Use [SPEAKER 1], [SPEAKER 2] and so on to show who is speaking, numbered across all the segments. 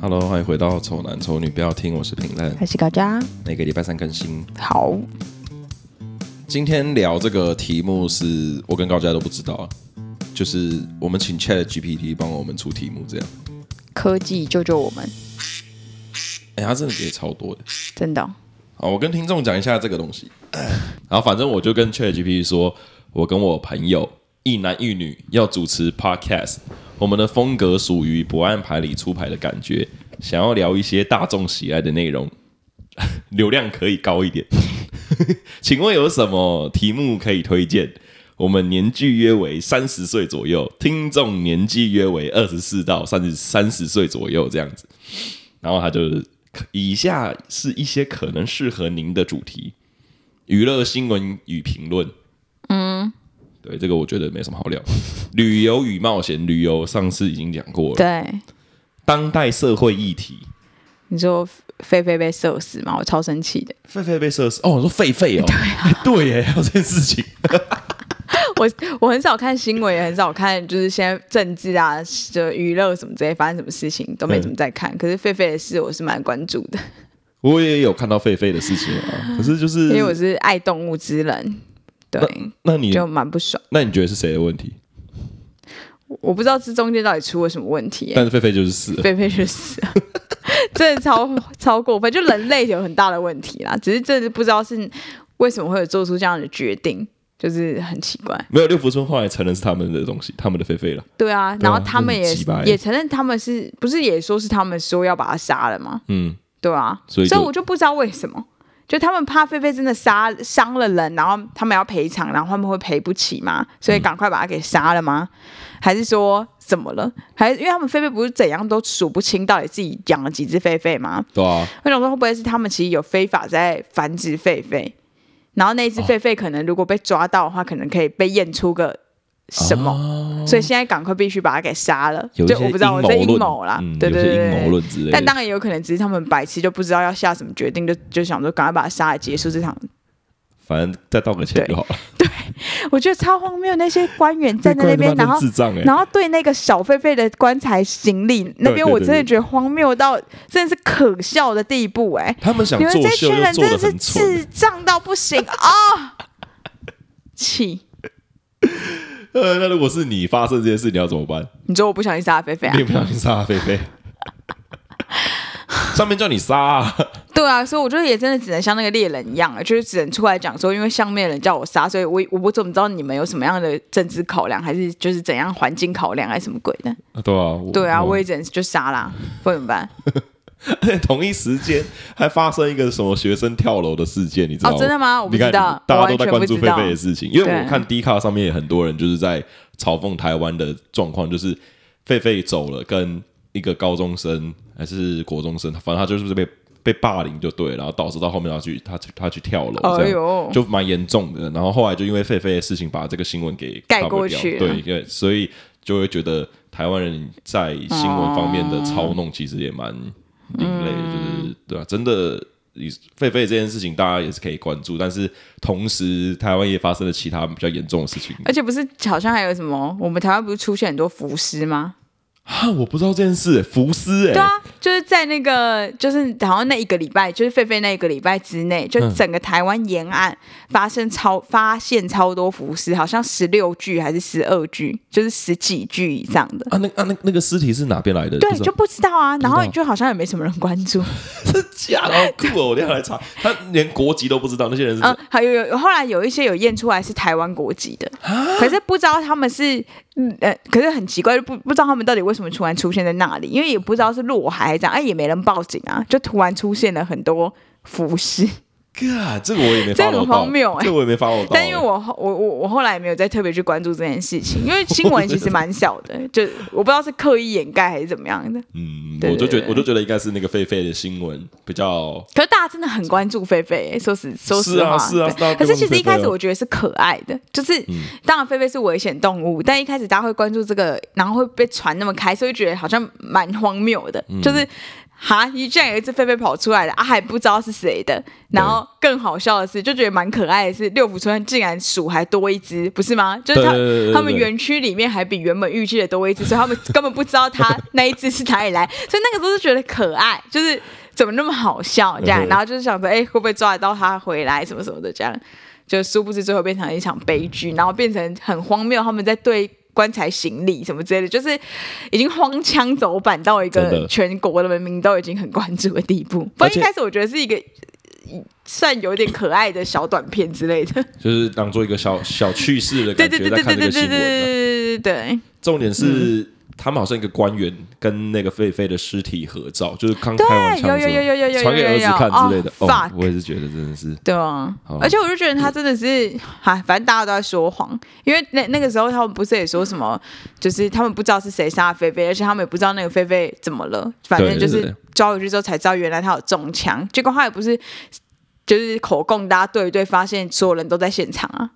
[SPEAKER 1] Hello，欢迎回到《丑男丑女》，不要听，我是平淡，
[SPEAKER 2] 还是高嘉
[SPEAKER 1] 每个礼拜三更新。
[SPEAKER 2] 好，
[SPEAKER 1] 今天聊这个题目是我跟高嘉都不知道，啊就是我们请 Chat GPT 帮我们出题目，这样。
[SPEAKER 2] 科技救救我们，
[SPEAKER 1] 哎、他真的给超多的。
[SPEAKER 2] 真的哦、
[SPEAKER 1] 好，我跟听众讲一下这个东西。 然后反正我就跟 ChatGPT 说，我跟我朋友一男一女要主持 podcast，我们的风格属于不按牌理出牌的感觉，想要聊一些大众喜爱的内容，流量可以高一点。 请问有什么题目可以推荐？我们年纪约为三十岁左右，听众年纪约为二十四到三十三十岁左右这样子。然后他就是以下是一些可能适合您的主题：娱乐新闻与评论。嗯，对，这个我觉得没什么好聊。旅游与冒险，旅游上次已经讲过了。
[SPEAKER 2] 对，
[SPEAKER 1] 当代社会议题，
[SPEAKER 2] 你说菲菲被射死嘛，我超生气的，
[SPEAKER 1] 狒狒被射死哦，你说狒狒哦， 对啊，对耶，还有这件事情。
[SPEAKER 2] 我我很少看新闻，也很少看，就是现在政治啊、就娱乐什么之类发生什么事情都没怎么在看。可是狒狒的事我是蛮关注的，
[SPEAKER 1] 我也有看到狒狒的事情 啊，可是就是，
[SPEAKER 2] 因为我是爱动物之人，对，
[SPEAKER 1] 那你
[SPEAKER 2] 就蛮不爽。
[SPEAKER 1] 那你觉得是谁的问题？
[SPEAKER 2] 我不知道这中间到底出了什么问题、欸，
[SPEAKER 1] 但是狒狒就是死 了，
[SPEAKER 2] 狒狒去死了。真的超超过分，就人类有很大的问题啦。只是这不知道是为什么会有做出这样的决定，就是很奇怪。
[SPEAKER 1] 没有六福村后来承认是他们的东西，他们的狒狒了。
[SPEAKER 2] 对啊，
[SPEAKER 1] 对啊
[SPEAKER 2] 然后他们
[SPEAKER 1] 这很
[SPEAKER 2] 也
[SPEAKER 1] 鸡掰
[SPEAKER 2] 也承认他们是不是也说是他们说要把他杀了吗？
[SPEAKER 1] 嗯，
[SPEAKER 2] 对啊，
[SPEAKER 1] 所以就
[SPEAKER 2] 我就不知道为什么，就他们怕菲菲真的杀伤了人，然后他们要赔偿，然后他们会赔不起吗？所以赶快把他给杀了吗？还是说怎么了？还是因为他们菲菲不是怎样都数不清到底自己养了几只菲菲吗？
[SPEAKER 1] 对啊，
[SPEAKER 2] 我想说会不会是他们其实有非法在繁殖狒狒，然后那
[SPEAKER 1] 哦
[SPEAKER 2] 只狒狒可能如果被抓到的话，可能可以被验出个什么。
[SPEAKER 1] 哦
[SPEAKER 2] 所以现在赶快必须把它给杀了，
[SPEAKER 1] 有一
[SPEAKER 2] 就
[SPEAKER 1] 些
[SPEAKER 2] 我不知道我这
[SPEAKER 1] 阴谋
[SPEAKER 2] 阴谋
[SPEAKER 1] 论
[SPEAKER 2] 啦，
[SPEAKER 1] 嗯
[SPEAKER 2] 对
[SPEAKER 1] 有
[SPEAKER 2] 对
[SPEAKER 1] 些
[SPEAKER 2] 对
[SPEAKER 1] 阴
[SPEAKER 2] 对
[SPEAKER 1] 谋论之类的
[SPEAKER 2] 但当然也有可能只是他们白痴，就不知道要下什么决定，就就想说赶快把它杀了，结束这场。
[SPEAKER 1] 反正再道个歉就好了。
[SPEAKER 2] 我觉得超荒谬，那些官员站在那边，然后
[SPEAKER 1] 智障哎、
[SPEAKER 2] 然后对那个小狒狒的棺材行礼那边，
[SPEAKER 1] 对
[SPEAKER 2] 我
[SPEAKER 1] 对
[SPEAKER 2] 真的觉得荒谬到真的是可笑的地步哎、
[SPEAKER 1] 他们想
[SPEAKER 2] 你们
[SPEAKER 1] 作
[SPEAKER 2] 这
[SPEAKER 1] 秀
[SPEAKER 2] 群
[SPEAKER 1] 又
[SPEAKER 2] 人
[SPEAKER 1] 做
[SPEAKER 2] 真
[SPEAKER 1] 的
[SPEAKER 2] 的是
[SPEAKER 1] 很蠢，
[SPEAKER 2] 智障到不行啊！气！
[SPEAKER 1] 呃，那如果是你发生这件事，你要怎么 办？
[SPEAKER 2] 你说我不小心杀菲菲啊
[SPEAKER 1] 你也？不小心杀了菲菲， 上面叫你杀、啊，
[SPEAKER 2] 对啊，所以我觉得也真的只能像那个猎人一样，就是只能出来讲说，因为上面的人叫我杀，所以我我我怎么知道你们有什么样的政治考量，还是就是怎样环境考量，还是什么鬼的？
[SPEAKER 1] 对啊，我
[SPEAKER 2] 对啊，我也只能就杀啦，不然怎么办？
[SPEAKER 1] 同一时间还发生一个什么学生跳楼的事件，你知道吗？
[SPEAKER 2] 哦真的吗我不
[SPEAKER 1] 你看
[SPEAKER 2] 知道
[SPEAKER 1] 大
[SPEAKER 2] 我
[SPEAKER 1] 家
[SPEAKER 2] 完
[SPEAKER 1] 都在
[SPEAKER 2] 全
[SPEAKER 1] 关
[SPEAKER 2] 不
[SPEAKER 1] 注
[SPEAKER 2] 知
[SPEAKER 1] 菲
[SPEAKER 2] 道
[SPEAKER 1] 菲的事情，因为
[SPEAKER 2] 对
[SPEAKER 1] 我看 D 卡上面也很多人就是在嘲讽台湾的状况，就是狒狒走了，跟一个高中生还是国中生，反正他就是被被霸凌就对了，然后导致到后面他去他去他去跳楼，这
[SPEAKER 2] 哎
[SPEAKER 1] 样、
[SPEAKER 2] 呦，
[SPEAKER 1] 就蛮严重的。然后后来就因为狒狒的事情把这个新闻给
[SPEAKER 2] 盖
[SPEAKER 1] cover
[SPEAKER 2] 过
[SPEAKER 1] 掉
[SPEAKER 2] 去了
[SPEAKER 1] 对对，所以就会觉得台湾人在新闻方面的操弄其实也蛮
[SPEAKER 2] 嗯
[SPEAKER 1] 另类的，就是对吧、真的。你狒狒这件事情，大家也是可以关注，但是同时台湾也发生了其他比较严重的事情
[SPEAKER 2] 而且不是好像还有什么，我们台湾不是出现很多浮尸吗？
[SPEAKER 1] 啊！我不知道这件事、欸，浮尸哎、
[SPEAKER 2] 对啊，就是在那个，就是好像那一个礼拜，就是狒狒那一个礼拜之内，就
[SPEAKER 1] 嗯
[SPEAKER 2] 整个台湾沿岸发生超发现超多浮尸，好像十六具还是十二具，就是十几具以上的。
[SPEAKER 1] 啊那啊那那个尸体是哪边来的？
[SPEAKER 2] 对
[SPEAKER 1] 不，知道
[SPEAKER 2] 就不知道啊，然后
[SPEAKER 1] 不知道
[SPEAKER 2] 就好像也没什么人关 注，
[SPEAKER 1] 真假的，好酷哦！我等一下来查，他连国籍都不知道，那些人是
[SPEAKER 2] 嗯，还有有后来有一些有验出来是台湾国籍的，
[SPEAKER 1] 啊
[SPEAKER 2] 可是不知道他们是，嗯呃，可是很奇怪，就不不知道他们到底为什么突然出现在那里，因为也不知道是落海还是这样，哎，也没人报警啊，就突然出现了很多浮尸。
[SPEAKER 1] God，这个我也没
[SPEAKER 2] 这
[SPEAKER 1] 发
[SPEAKER 2] 很
[SPEAKER 1] 到，
[SPEAKER 2] 荒谬欸
[SPEAKER 1] 这我也没发到。
[SPEAKER 2] 但因为我后我我我后来没有再特别去关注这件事情，因为新闻其实蛮小的，就我不知道是刻意掩盖还是怎么样的。
[SPEAKER 1] 嗯，
[SPEAKER 2] 对
[SPEAKER 1] 我就觉
[SPEAKER 2] 对
[SPEAKER 1] 我就觉得应该是那个狒狒的新闻比较
[SPEAKER 2] 可是大家真的很关注狒狒、说实说
[SPEAKER 1] 是
[SPEAKER 2] 实
[SPEAKER 1] 啊
[SPEAKER 2] 话，
[SPEAKER 1] 是啊
[SPEAKER 2] 对
[SPEAKER 1] 大家都
[SPEAKER 2] 可是其
[SPEAKER 1] 关
[SPEAKER 2] 实
[SPEAKER 1] 注
[SPEAKER 2] 一
[SPEAKER 1] 狒狒
[SPEAKER 2] 开始
[SPEAKER 1] 啊嗯
[SPEAKER 2] 我觉得是可爱的，就是、当然狒狒是危险动物，但一开始
[SPEAKER 1] 嗯
[SPEAKER 2] 大家会关注这个，然后会被传那么开，所以觉得好像蛮荒谬的，就是。哈，你居然有一只狒狒跑出来了啊，还不知道是谁的。然后更好笑的是，就觉得蛮可爱的是，六福村竟然鼠还多一只，不是吗？就是他
[SPEAKER 1] 对对对对
[SPEAKER 2] 他们
[SPEAKER 1] 对
[SPEAKER 2] 园区里面还比原本预计的多一只，所以他们根本不知道它那一只是哪里来，所以那个时候就觉得可爱，就是怎么那么好笑这样
[SPEAKER 1] 嗯，哼
[SPEAKER 2] 然后就是想着哎、诶会不会抓得到它回来什么什么的这样，就殊不知最后变成了一场悲剧，然后变成很荒谬，他们在对。棺材行李什么之类的，就是已经荒腔走板到一
[SPEAKER 1] 真
[SPEAKER 2] 个
[SPEAKER 1] 的
[SPEAKER 2] 全国的人民都已经很关注的地步。不过
[SPEAKER 1] 而
[SPEAKER 2] 一
[SPEAKER 1] 且
[SPEAKER 2] 开始我觉得是一个呃算有点可爱的小短片之类的，
[SPEAKER 1] 就是当做一个小小趣事的
[SPEAKER 2] 对
[SPEAKER 1] 感
[SPEAKER 2] 对
[SPEAKER 1] 觉
[SPEAKER 2] 对
[SPEAKER 1] 在
[SPEAKER 2] 对
[SPEAKER 1] 看
[SPEAKER 2] 对
[SPEAKER 1] 这个
[SPEAKER 2] 对
[SPEAKER 1] 新闻、
[SPEAKER 2] 对对嗯
[SPEAKER 1] 啊。
[SPEAKER 2] 对对对。
[SPEAKER 1] 重点是、他们好像一个官员跟那个狒狒的尸体合照，就是刚开完
[SPEAKER 2] 对有
[SPEAKER 1] 枪之后
[SPEAKER 2] 有有有有有
[SPEAKER 1] 传给
[SPEAKER 2] 有有
[SPEAKER 1] 儿子
[SPEAKER 2] 有
[SPEAKER 1] 看之类的。
[SPEAKER 2] 哦
[SPEAKER 1] 哦
[SPEAKER 2] fuck，
[SPEAKER 1] 我也是觉得真的是
[SPEAKER 2] 对啊
[SPEAKER 1] 好，
[SPEAKER 2] 而且我就觉得他真的是，哈，反正大家都在说谎，因为那那个时候他们不是也说什么，就是他们不知道是谁杀菲菲，而且他们也不知道那个菲菲怎么了，反正就
[SPEAKER 1] 对对对
[SPEAKER 2] 是抓回去之后才知道原来他有中枪，结果他也不是。就是口供，大家对一对，发现所有人都在现场啊！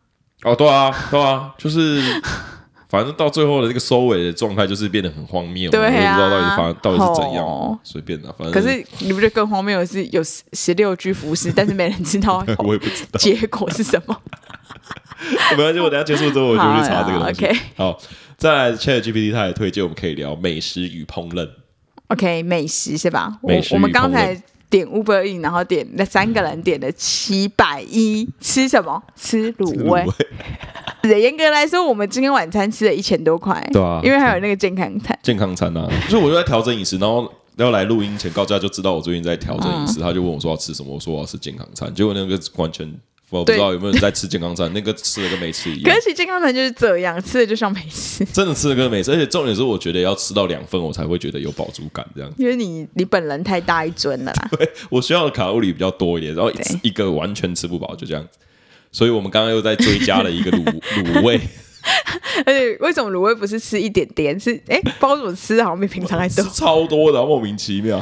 [SPEAKER 1] 哦，对啊，对啊，就是 反正到最后的这个收尾的状态，就是变得很荒谬，
[SPEAKER 2] 对啊
[SPEAKER 1] 我也不知道到底发到底是怎样，
[SPEAKER 2] 哦
[SPEAKER 1] 随便的、反正
[SPEAKER 2] 可是你不觉得更荒谬的是，有十十六具浮尸，但是没人知道
[SPEAKER 1] 我也不知道，
[SPEAKER 2] 结果是什么？
[SPEAKER 1] 没关系，我等一下结束之后我就去查这个
[SPEAKER 2] 好好
[SPEAKER 1] 东西。
[SPEAKER 2] OK
[SPEAKER 1] 好，再来 Chat GPT，它也推荐我们可以聊美食与烹饪。
[SPEAKER 2] OK，美食是吧？我
[SPEAKER 1] 美食
[SPEAKER 2] 我们
[SPEAKER 1] 与
[SPEAKER 2] 刚
[SPEAKER 1] 烹
[SPEAKER 2] 才点 Uber E，然后点那三个人点了七百一，吃什么？吃卤味。严格来说，我们今天晚餐吃了一千多块，
[SPEAKER 1] 对啊
[SPEAKER 2] 因为还有那个健康餐。
[SPEAKER 1] 健康餐啊，所以我就在调整饮食，然后要来录音前，高佳就知道我最近在调整饮
[SPEAKER 2] 嗯
[SPEAKER 1] 食，他就问我说要吃什么，我说我要吃健康餐，结果那个完全我不知道有没有人在吃健康餐， 那个吃的跟没吃一
[SPEAKER 2] 可
[SPEAKER 1] 样
[SPEAKER 2] 是，其实健康餐就是这样，吃的就像美食。
[SPEAKER 1] 真的吃的跟没吃，而且重点是我觉得要吃到两份我才会觉得有饱足感，这样
[SPEAKER 2] 因为你你本人太大一尊 了啦，
[SPEAKER 1] 我需要的卡路里比较多一点，然后一次一个完全吃不饱就这样子，所以我们刚刚又在追加了一个卤 卤 味，
[SPEAKER 2] 而且为什么卤味不是吃一点点，是哎、不知道怎么吃好像比平常还
[SPEAKER 1] 吃。
[SPEAKER 2] 多
[SPEAKER 1] 超多的，莫名其妙。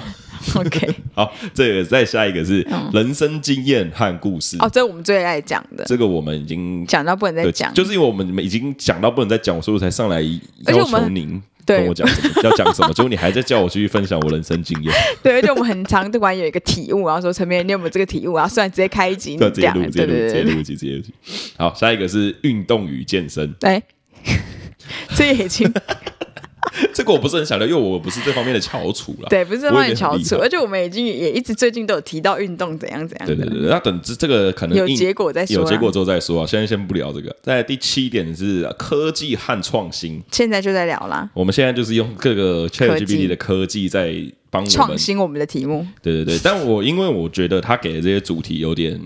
[SPEAKER 2] OK，
[SPEAKER 1] 好，这个再下一个是人生经验和故事，
[SPEAKER 2] 嗯哦，这是我们最爱讲的，
[SPEAKER 1] 这个我们已经
[SPEAKER 2] 讲到不能再
[SPEAKER 1] 对，
[SPEAKER 2] 讲，
[SPEAKER 1] 就是因为我们已经讲到不能再讲，所以我才上来
[SPEAKER 2] 而且
[SPEAKER 1] 要
[SPEAKER 2] 我们
[SPEAKER 1] 求您
[SPEAKER 2] 对
[SPEAKER 1] 跟我讲 什么，要讲什么，结果你还在叫我去分享我人生经验，
[SPEAKER 2] 对，而且我们很常突然有一个体悟，然后说陈明，你有没有这个体悟？然后虽然直接开一集，你
[SPEAKER 1] 对，直
[SPEAKER 2] 这
[SPEAKER 1] 接
[SPEAKER 2] 样，
[SPEAKER 1] 录，
[SPEAKER 2] 对
[SPEAKER 1] 直接
[SPEAKER 2] 对
[SPEAKER 1] 录，直接
[SPEAKER 2] 对对，
[SPEAKER 1] 录，直接录。好，下一个是运动与健身，
[SPEAKER 2] 哎， 这也行，
[SPEAKER 1] 这个我不是很想聊，因为我不是这方面的翘楚啦。
[SPEAKER 2] 对，不
[SPEAKER 1] 我
[SPEAKER 2] 是
[SPEAKER 1] 也
[SPEAKER 2] 乱
[SPEAKER 1] 没很
[SPEAKER 2] 翘
[SPEAKER 1] 厉
[SPEAKER 2] 楚，
[SPEAKER 1] 害
[SPEAKER 2] 而且我们已经也一直最近都有提到运动怎样怎样
[SPEAKER 1] 对
[SPEAKER 2] 的，
[SPEAKER 1] 对对，对那等这这个可能
[SPEAKER 2] 有
[SPEAKER 1] 硬
[SPEAKER 2] 结果再说
[SPEAKER 1] 有
[SPEAKER 2] 啦
[SPEAKER 1] 结果之后再说啊。现在先不聊这个。在第七点是科技和创新，
[SPEAKER 2] 现在就在聊啦，
[SPEAKER 1] 我们现在就是用各个 ChatGPT
[SPEAKER 2] 技
[SPEAKER 1] 的科技在帮我
[SPEAKER 2] 创
[SPEAKER 1] 们
[SPEAKER 2] 新我们的题目，
[SPEAKER 1] 对对 对，但我因为我觉得他给的这些主题有点，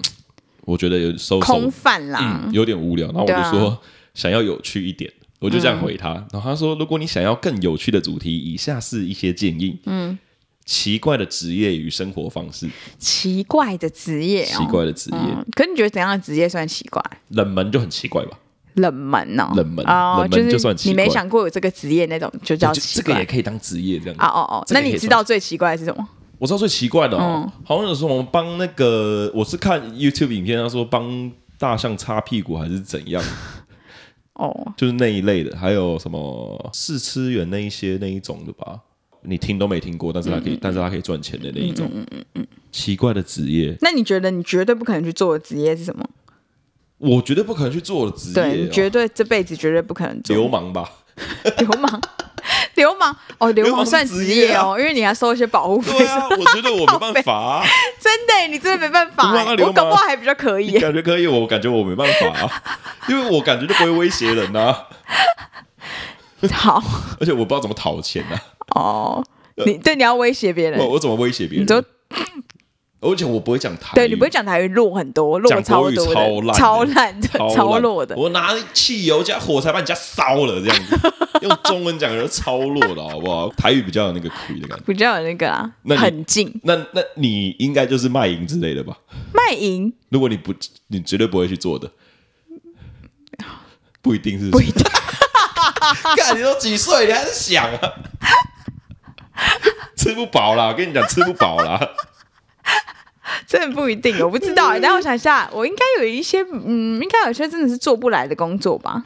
[SPEAKER 1] 我觉得有收手嗯
[SPEAKER 2] 空泛啦，
[SPEAKER 1] 有点无聊，然后我就
[SPEAKER 2] 对啊嗯
[SPEAKER 1] 说、想要有趣一点，我就这样回他。然后他说，如果你想要更有趣的主题，以下是一些建议。嗯，奇怪的职业与生活方式，
[SPEAKER 2] 奇怪的职业哦，
[SPEAKER 1] 奇怪的职业，
[SPEAKER 2] 嗯，可你觉得怎样的职业算奇怪？
[SPEAKER 1] 冷门就很奇怪吧？
[SPEAKER 2] 冷门哦，
[SPEAKER 1] 冷门
[SPEAKER 2] 哦
[SPEAKER 1] 冷，门
[SPEAKER 2] 是
[SPEAKER 1] 就算奇
[SPEAKER 2] 你没
[SPEAKER 1] 怪
[SPEAKER 2] 想过有这个职业那种就叫
[SPEAKER 1] 就
[SPEAKER 2] 奇
[SPEAKER 1] 这个也
[SPEAKER 2] 怪。
[SPEAKER 1] 可以当职业这样。
[SPEAKER 2] 啊哦哦，
[SPEAKER 1] 这
[SPEAKER 2] 那
[SPEAKER 1] 个也
[SPEAKER 2] 你
[SPEAKER 1] 算
[SPEAKER 2] 知道最奇怪的是什么？
[SPEAKER 1] 我知道最奇怪的哦，
[SPEAKER 2] 嗯
[SPEAKER 1] 好像有时候我们帮那个，我是看 YouTube 影片，他说帮大象擦屁股还是怎样。
[SPEAKER 2] 哦，
[SPEAKER 1] 就是那一类的，还有什么试吃员那一些那一种的吧，你听都没听过，但是他
[SPEAKER 2] 嗯
[SPEAKER 1] 可以，但是他可以赚钱的那一种，奇怪的职业，
[SPEAKER 2] 那你觉得你绝对不可能去做的职业是什么？
[SPEAKER 1] 我绝对不可能去做的职业、
[SPEAKER 2] 对，你绝
[SPEAKER 1] 哦，
[SPEAKER 2] 对这辈子绝对不可能做
[SPEAKER 1] 流氓吧？
[SPEAKER 2] 流氓，流氓哦，流
[SPEAKER 1] 流氓
[SPEAKER 2] 氓
[SPEAKER 1] 是
[SPEAKER 2] 算
[SPEAKER 1] 职
[SPEAKER 2] 职
[SPEAKER 1] 业啊
[SPEAKER 2] 业哦，因为你还收一些保护费。
[SPEAKER 1] 对啊，我觉得我没办法啊、
[SPEAKER 2] 真的耶，你真的没办法
[SPEAKER 1] 流氓
[SPEAKER 2] 耶
[SPEAKER 1] 啊，流
[SPEAKER 2] 我
[SPEAKER 1] 氓啊
[SPEAKER 2] 搞不好还比较可以
[SPEAKER 1] 你
[SPEAKER 2] 耶。
[SPEAKER 1] 感觉可以，我感觉我没办法、啊，因为我感觉就不会威胁人啊，
[SPEAKER 2] 好
[SPEAKER 1] 而且我不知道怎么讨钱啊，
[SPEAKER 2] 哦，你对你要威胁别人
[SPEAKER 1] 呃我，我怎么威胁别
[SPEAKER 2] 你
[SPEAKER 1] 人？
[SPEAKER 2] 就
[SPEAKER 1] 而且我不会讲台语，
[SPEAKER 2] 对你不会讲台语弱很多，弱
[SPEAKER 1] 讲
[SPEAKER 2] 超
[SPEAKER 1] 国语
[SPEAKER 2] 多
[SPEAKER 1] 超
[SPEAKER 2] 的，
[SPEAKER 1] 烂
[SPEAKER 2] 超
[SPEAKER 1] 的
[SPEAKER 2] 烂 的，
[SPEAKER 1] 超
[SPEAKER 2] 超
[SPEAKER 1] 烂
[SPEAKER 2] 弱的。
[SPEAKER 1] 我拿汽油加火柴把你家烧了，这样子用中文讲就超弱的好不好？台语比较有那个苦的感觉。
[SPEAKER 2] 比较有那个啊啦
[SPEAKER 1] 那，你
[SPEAKER 2] 很近
[SPEAKER 1] 那那你应该就是卖淫之类的吧？
[SPEAKER 2] 卖淫
[SPEAKER 1] 如果你不，你绝对不会去做的，不一定是
[SPEAKER 2] 不一定。
[SPEAKER 1] 看你都几岁，你还是想啊？ 吃不饱啦，我跟你讲，吃不饱啦。
[SPEAKER 2] 真的不一定，我不知道耶。等一下我想一下，我应该有一些，嗯，应该有些真的是做不来的工作吧？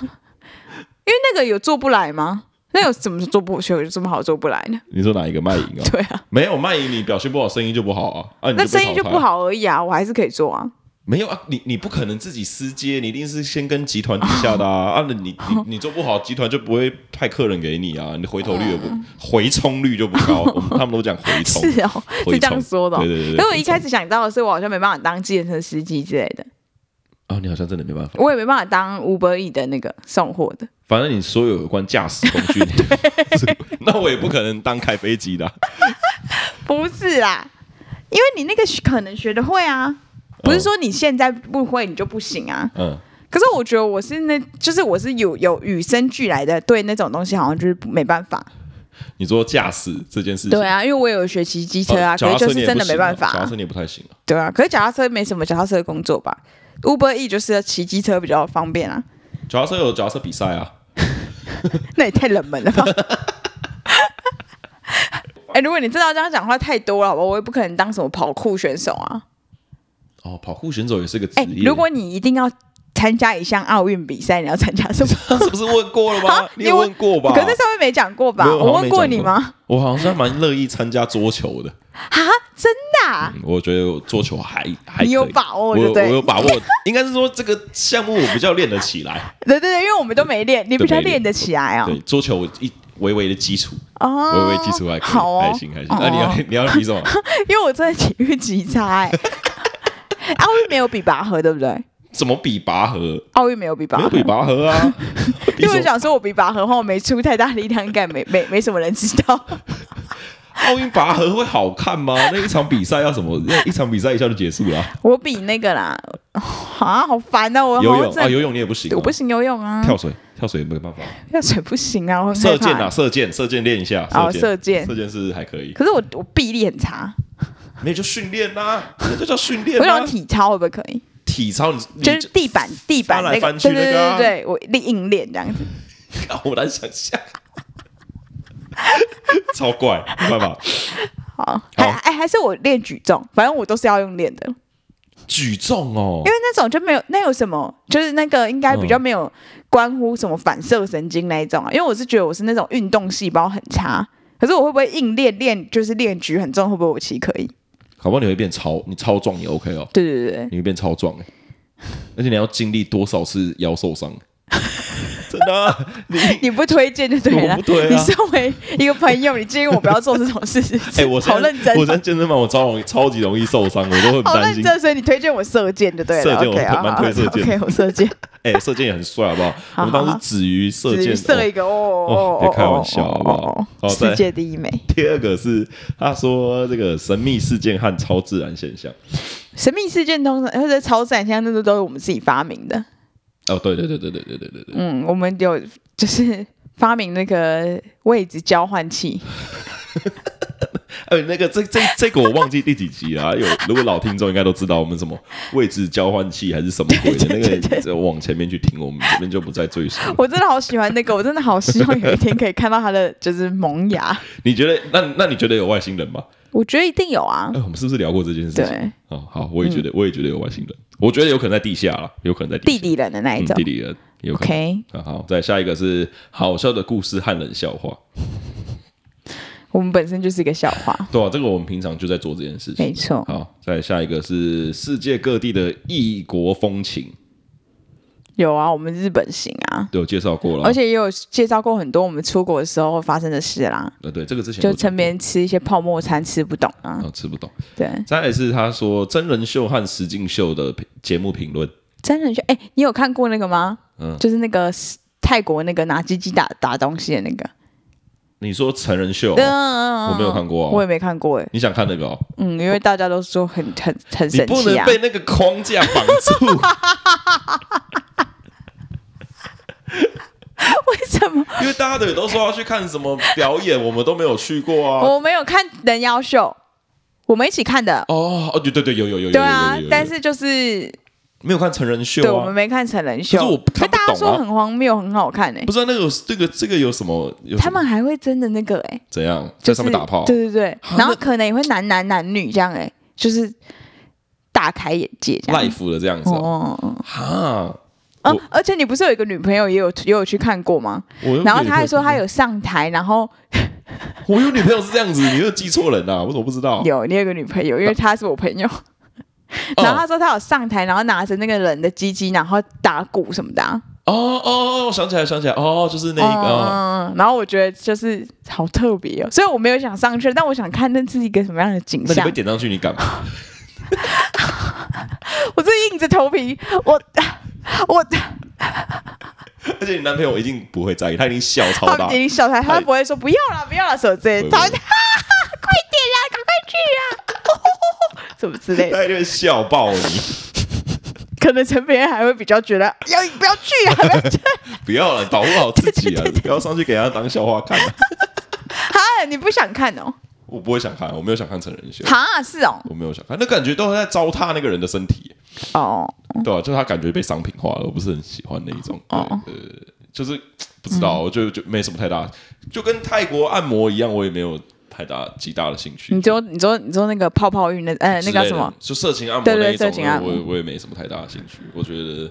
[SPEAKER 2] 因为那个有做不来吗？那有怎么做不学，有什么好做不来呢？
[SPEAKER 1] 你说哪一个卖淫啊？
[SPEAKER 2] 对啊，
[SPEAKER 1] 没有卖淫，你表现不好，生意就不好啊。啊，你
[SPEAKER 2] 那
[SPEAKER 1] 被
[SPEAKER 2] 生意就
[SPEAKER 1] 淘汰
[SPEAKER 2] 不。好而已啊，我还是可以做啊。
[SPEAKER 1] 没有啊，你你不可能自己私接，你一定是先跟集团底下的 啊。啊，那你你你做不好，集团就不会派客人给你啊，你的回头率也不回冲率就不 高。我们他们都讲回冲，
[SPEAKER 2] 哦是哦，
[SPEAKER 1] 回
[SPEAKER 2] 是这
[SPEAKER 1] 冲
[SPEAKER 2] 样说的、哦。
[SPEAKER 1] 对对对对
[SPEAKER 2] 可是我一开始想到的是，我好像没办法当计程车司机之类的，
[SPEAKER 1] 啊，你好像真的没办法。
[SPEAKER 2] 我也没办法当 Uber E 的那个送货的。
[SPEAKER 1] 反正你所有有关驾驶工具， 那我也不可能当开飞机的啊、
[SPEAKER 2] 不是啦，因为你那个可能学的会啊，不是说你现在不会你就不行啊。
[SPEAKER 1] 嗯，
[SPEAKER 2] 可是我觉得我是那，就是我是有有与生俱来的，对那种东西好像就是不没办法。
[SPEAKER 1] 你说驾驶这件事情，
[SPEAKER 2] 对啊，因为我有学骑机车啊，
[SPEAKER 1] 呃脚踏
[SPEAKER 2] 可是
[SPEAKER 1] 车
[SPEAKER 2] 就
[SPEAKER 1] 你
[SPEAKER 2] 是
[SPEAKER 1] 也
[SPEAKER 2] 真
[SPEAKER 1] 不
[SPEAKER 2] 的
[SPEAKER 1] 行
[SPEAKER 2] 没办法、
[SPEAKER 1] 脚踏车你也不太行啊。
[SPEAKER 2] 对啊，可是脚踏车没什么脚踏车的工作吧？Uber E 就是骑机车比较方便啊，
[SPEAKER 1] 脚踏车有脚踏车比赛啊，
[SPEAKER 2] 那也太冷门了吧？ 哎、如果你真的要这样讲话太多了，好吧，我也不可能当什么跑酷选手啊。
[SPEAKER 1] 哦，跑酷选手也是个职
[SPEAKER 2] 哎、
[SPEAKER 1] 业。
[SPEAKER 2] 如果你一定要参加一项奥运比赛，你要参加什么？
[SPEAKER 1] 是不是问过了吗
[SPEAKER 2] 啊？
[SPEAKER 1] 你有问过吧？
[SPEAKER 2] 可是上面没讲过吧？
[SPEAKER 1] 没有好
[SPEAKER 2] 我
[SPEAKER 1] 像
[SPEAKER 2] 问
[SPEAKER 1] 没
[SPEAKER 2] 过
[SPEAKER 1] 讲
[SPEAKER 2] 你吗？
[SPEAKER 1] 我好像蛮乐意参加桌球的，
[SPEAKER 2] 啊，真的、啊？
[SPEAKER 1] 嗯我觉得我桌球还还可以
[SPEAKER 2] 你有把握
[SPEAKER 1] 我
[SPEAKER 2] 就
[SPEAKER 1] 有我
[SPEAKER 2] 对
[SPEAKER 1] 有把握，应该是说这个项目我比较练得起来。
[SPEAKER 2] 对对对，因为我们都没练，你必须要
[SPEAKER 1] 没练
[SPEAKER 2] 练得起来哦
[SPEAKER 1] 对。桌球我一微微的基础，微
[SPEAKER 2] 哦，
[SPEAKER 1] 微基础还可以，
[SPEAKER 2] 好哦，
[SPEAKER 1] 还行还行。啊
[SPEAKER 2] 哦
[SPEAKER 1] 那你要你要比 什么？
[SPEAKER 2] 因为我真的体育极差哎、奥运没有比拔河，对不对？
[SPEAKER 1] 怎么比拔河？
[SPEAKER 2] 奥运没有比拔
[SPEAKER 1] 没
[SPEAKER 2] 河
[SPEAKER 1] 有，比拔河啊， 比什
[SPEAKER 2] 因为我
[SPEAKER 1] 么？
[SPEAKER 2] 想说，我比拔河的话，我没出太大力量，应该没没没什么人知道。
[SPEAKER 1] 奥运拔河会好看吗？那一场比赛要什么？要一场比赛一下就结束了啊。
[SPEAKER 2] 我比那个啦，啊，好烦啊！我
[SPEAKER 1] 游
[SPEAKER 2] 好
[SPEAKER 1] 泳
[SPEAKER 2] 像
[SPEAKER 1] 啊，游泳你也不行哦，
[SPEAKER 2] 我不行游泳啊，
[SPEAKER 1] 跳水，跳水没有办法。
[SPEAKER 2] 跳水不行啊，我很害
[SPEAKER 1] 射
[SPEAKER 2] 怕
[SPEAKER 1] 箭啊，射箭，射箭练一下。
[SPEAKER 2] 哦射
[SPEAKER 1] 射
[SPEAKER 2] 箭
[SPEAKER 1] 射箭是还可以，
[SPEAKER 2] 可是我我臂力很差，
[SPEAKER 1] 没有就训练啦，那就叫训练
[SPEAKER 2] 我
[SPEAKER 1] 啦
[SPEAKER 2] 想。体操会不会可以？
[SPEAKER 1] 体操，你你
[SPEAKER 2] 就是地板地板
[SPEAKER 1] 翻
[SPEAKER 2] 那
[SPEAKER 1] 来
[SPEAKER 2] 个，
[SPEAKER 1] 翻去
[SPEAKER 2] 对对
[SPEAKER 1] 那个
[SPEAKER 2] 对
[SPEAKER 1] 啊
[SPEAKER 2] 对，我硬硬练这样子。
[SPEAKER 1] 我难想象，超怪，没办法。
[SPEAKER 2] 好，还哎还是我练举重，反正我都是要用练的，因
[SPEAKER 1] 举重哦，
[SPEAKER 2] 为那种就没有那有什么，就是那个应该比较没有关乎什么反射神经那一种啊。因为我是觉得我是那种运动细胞很差，可是我会不会硬练练就是练举很重，会不会我其实可以？
[SPEAKER 1] 搞不好你会变超，你超壮也 OK 哦，
[SPEAKER 2] 对对对对，
[SPEAKER 1] 你会变超壮哎，而且你要经历多少次腰受伤？真的啊、你
[SPEAKER 2] 你不推荐就对了。
[SPEAKER 1] 我不推啊
[SPEAKER 2] 你身为一个朋友，你建议我不要做这种事情，
[SPEAKER 1] 哎、我现在
[SPEAKER 2] 好认真哦，
[SPEAKER 1] 我在健身房我超容易超级容易受伤，我都很
[SPEAKER 2] 好
[SPEAKER 1] 担
[SPEAKER 2] 认
[SPEAKER 1] 心。
[SPEAKER 2] 真，所以你推荐我射箭就对了。
[SPEAKER 1] 射箭
[SPEAKER 2] OK，
[SPEAKER 1] 我
[SPEAKER 2] 好
[SPEAKER 1] 蛮
[SPEAKER 2] 好
[SPEAKER 1] 推射箭
[SPEAKER 2] OK，我射箭，
[SPEAKER 1] 哎、射箭也很帅，好不好？
[SPEAKER 2] 好
[SPEAKER 1] 我们当时子瑜 射
[SPEAKER 2] 只
[SPEAKER 1] 箭，
[SPEAKER 2] 射一个哦哦
[SPEAKER 1] 哦，别开玩笑
[SPEAKER 2] 哦
[SPEAKER 1] 好不好
[SPEAKER 2] 哦
[SPEAKER 1] 好
[SPEAKER 2] 哦
[SPEAKER 1] 再
[SPEAKER 2] 世界第一美，
[SPEAKER 1] 第二个是他说这个神秘事件和超自然现象。
[SPEAKER 2] 神秘事件通常或者超自然现象，那都都是我们自己发明的。
[SPEAKER 1] 哦，对对对对对对对对对，
[SPEAKER 2] 嗯，我们有就是发明那个位置交换器，
[SPEAKER 1] 呃，那个这这这个我忘记第几集了、啊，有如果老听众应该都知道我们什么位置交换器还是什么鬼的，那个你再往前面去听，我们这边就不再赘述了。
[SPEAKER 2] 我真的好喜欢那个，我真的好希望有一天可以看到它的就是萌芽。
[SPEAKER 1] 你觉得那那你觉得有外星人吗？
[SPEAKER 2] 我觉得一定有啊
[SPEAKER 1] 哎、，我们是不是聊过这件事情？
[SPEAKER 2] 对，嗯
[SPEAKER 1] 哦，好，我也觉得，我也觉得有外星人，我觉得有可能在地下了，有可能在地
[SPEAKER 2] 地底人的那一
[SPEAKER 1] 嗯
[SPEAKER 2] 种
[SPEAKER 1] 地。底人，有可能。
[SPEAKER 2] OK，
[SPEAKER 1] 啊好，再下一个是好笑的故事和冷笑话。
[SPEAKER 2] 我们本身就是一个笑话，
[SPEAKER 1] 对啊，这个我们平常就在做这件事情。
[SPEAKER 2] 没错。
[SPEAKER 1] 好，再下一个是世界各地的异国风情，
[SPEAKER 2] 有啊，我们日本行啊。
[SPEAKER 1] 都有介绍过了。
[SPEAKER 2] 而且也有介绍过很多我们出国的时候发生的事啦，
[SPEAKER 1] 呃，对，这个之前
[SPEAKER 2] 就
[SPEAKER 1] 有讲
[SPEAKER 2] 趁别人吃一些泡沫餐吃不懂啊
[SPEAKER 1] 过，啊，吃不懂。
[SPEAKER 2] 对，
[SPEAKER 1] 再来是他说真人秀和实境秀的评节目评论，
[SPEAKER 2] 真人秀，哎、你有看过那个吗？
[SPEAKER 1] 嗯
[SPEAKER 2] 就是那个泰国那个拿鸡鸡打打东西的那个，
[SPEAKER 1] 你说成人秀哦、
[SPEAKER 2] 嗯
[SPEAKER 1] 我没有看过啊
[SPEAKER 2] 我也没看过哎、
[SPEAKER 1] 你想看那个、哦？
[SPEAKER 2] 嗯，因为大家都说很很很
[SPEAKER 1] 你
[SPEAKER 2] 神
[SPEAKER 1] 不
[SPEAKER 2] 奇
[SPEAKER 1] 能
[SPEAKER 2] 啊，
[SPEAKER 1] 被那个框架绑住，
[SPEAKER 2] 为 什么？
[SPEAKER 1] 因为大家的也都说要去看什么表演，我们都没有去过啊。
[SPEAKER 2] 我没有看人妖秀，我们一起看的，
[SPEAKER 1] 哦哦，对对对，有有有有有有有有有
[SPEAKER 2] 对啊，但是就是
[SPEAKER 1] 没有看成人秀
[SPEAKER 2] 对我
[SPEAKER 1] 啊
[SPEAKER 2] 们。没看成人秀，哎
[SPEAKER 1] 可是我看不懂啊
[SPEAKER 2] 大家说很荒谬，很好看哎、
[SPEAKER 1] 不知道那个有这个这个有什么？有什么
[SPEAKER 2] 他们还会真的那个哎、
[SPEAKER 1] 怎样
[SPEAKER 2] 就
[SPEAKER 1] 在
[SPEAKER 2] 是
[SPEAKER 1] 上面打炮？啊
[SPEAKER 2] 对对对，然后可能也会男男男女这样哎、就是大开眼界这样。
[SPEAKER 1] life 的这样子、哦，
[SPEAKER 2] 哦，
[SPEAKER 1] 哈，
[SPEAKER 2] 嗯
[SPEAKER 1] 我，
[SPEAKER 2] 而且你不是有一个女朋友也有也有去看过吗？
[SPEAKER 1] 我
[SPEAKER 2] 然后他还说他，有上台，然后
[SPEAKER 1] 我有女朋友是这样子，你又记错人啦、我怎么不知道？
[SPEAKER 2] 有你有一个女朋友，因为他是我朋友。
[SPEAKER 1] 哦
[SPEAKER 2] 然后他说他有上台，然后拿着那个人的鸡鸡，然后打鼓什么的、啊。
[SPEAKER 1] 哦哦哦，我想起来，想起来，哦，就是那一个，哦
[SPEAKER 2] 嗯，然后我觉得就是好特别哦，所以我没有想上去，但我想看那是一个什么样的景
[SPEAKER 1] 那你
[SPEAKER 2] 象
[SPEAKER 1] 被。点上去，你敢吗？
[SPEAKER 2] 我是硬着头皮，我 我
[SPEAKER 1] 而且你男朋友一定不会在意，他一定笑超
[SPEAKER 2] 他
[SPEAKER 1] 大
[SPEAKER 2] 们已。经笑他，他
[SPEAKER 1] 哎
[SPEAKER 2] 不会说不要了，不要了，什么之类的，
[SPEAKER 1] 不会
[SPEAKER 2] 他
[SPEAKER 1] 不会
[SPEAKER 2] 会 哈哈，快点啦，赶 快去啊，什么之类的，
[SPEAKER 1] 他一定会笑爆 你！
[SPEAKER 2] 可能陈别人还会比较觉得要不要去 啊，不要去
[SPEAKER 1] 不要了，保护好自己啊！不要上去给他当笑话看、
[SPEAKER 2] 哈，你不想看哦，
[SPEAKER 1] 我不会想看，我没有想看成人秀，
[SPEAKER 2] 哈，是哦，
[SPEAKER 1] 我没有想看，那感觉都是在糟蹋那个人的身体。
[SPEAKER 2] 哦，
[SPEAKER 1] 对啊，就他感觉被商品化了，我不是很喜欢那一种。对
[SPEAKER 2] 哦嗯
[SPEAKER 1] 呃，就是不知道，我就就没什么太大，就跟泰国按摩一样，我也没有太大极大的兴趣。
[SPEAKER 2] 你说你说你说那个泡泡浴那呃那
[SPEAKER 1] 之
[SPEAKER 2] 个叫
[SPEAKER 1] 类
[SPEAKER 2] 什
[SPEAKER 1] 的
[SPEAKER 2] 么？
[SPEAKER 1] 就色情按摩
[SPEAKER 2] 对对
[SPEAKER 1] 那一种
[SPEAKER 2] 色情按摩
[SPEAKER 1] 我也我也没什么太大的兴趣。我觉得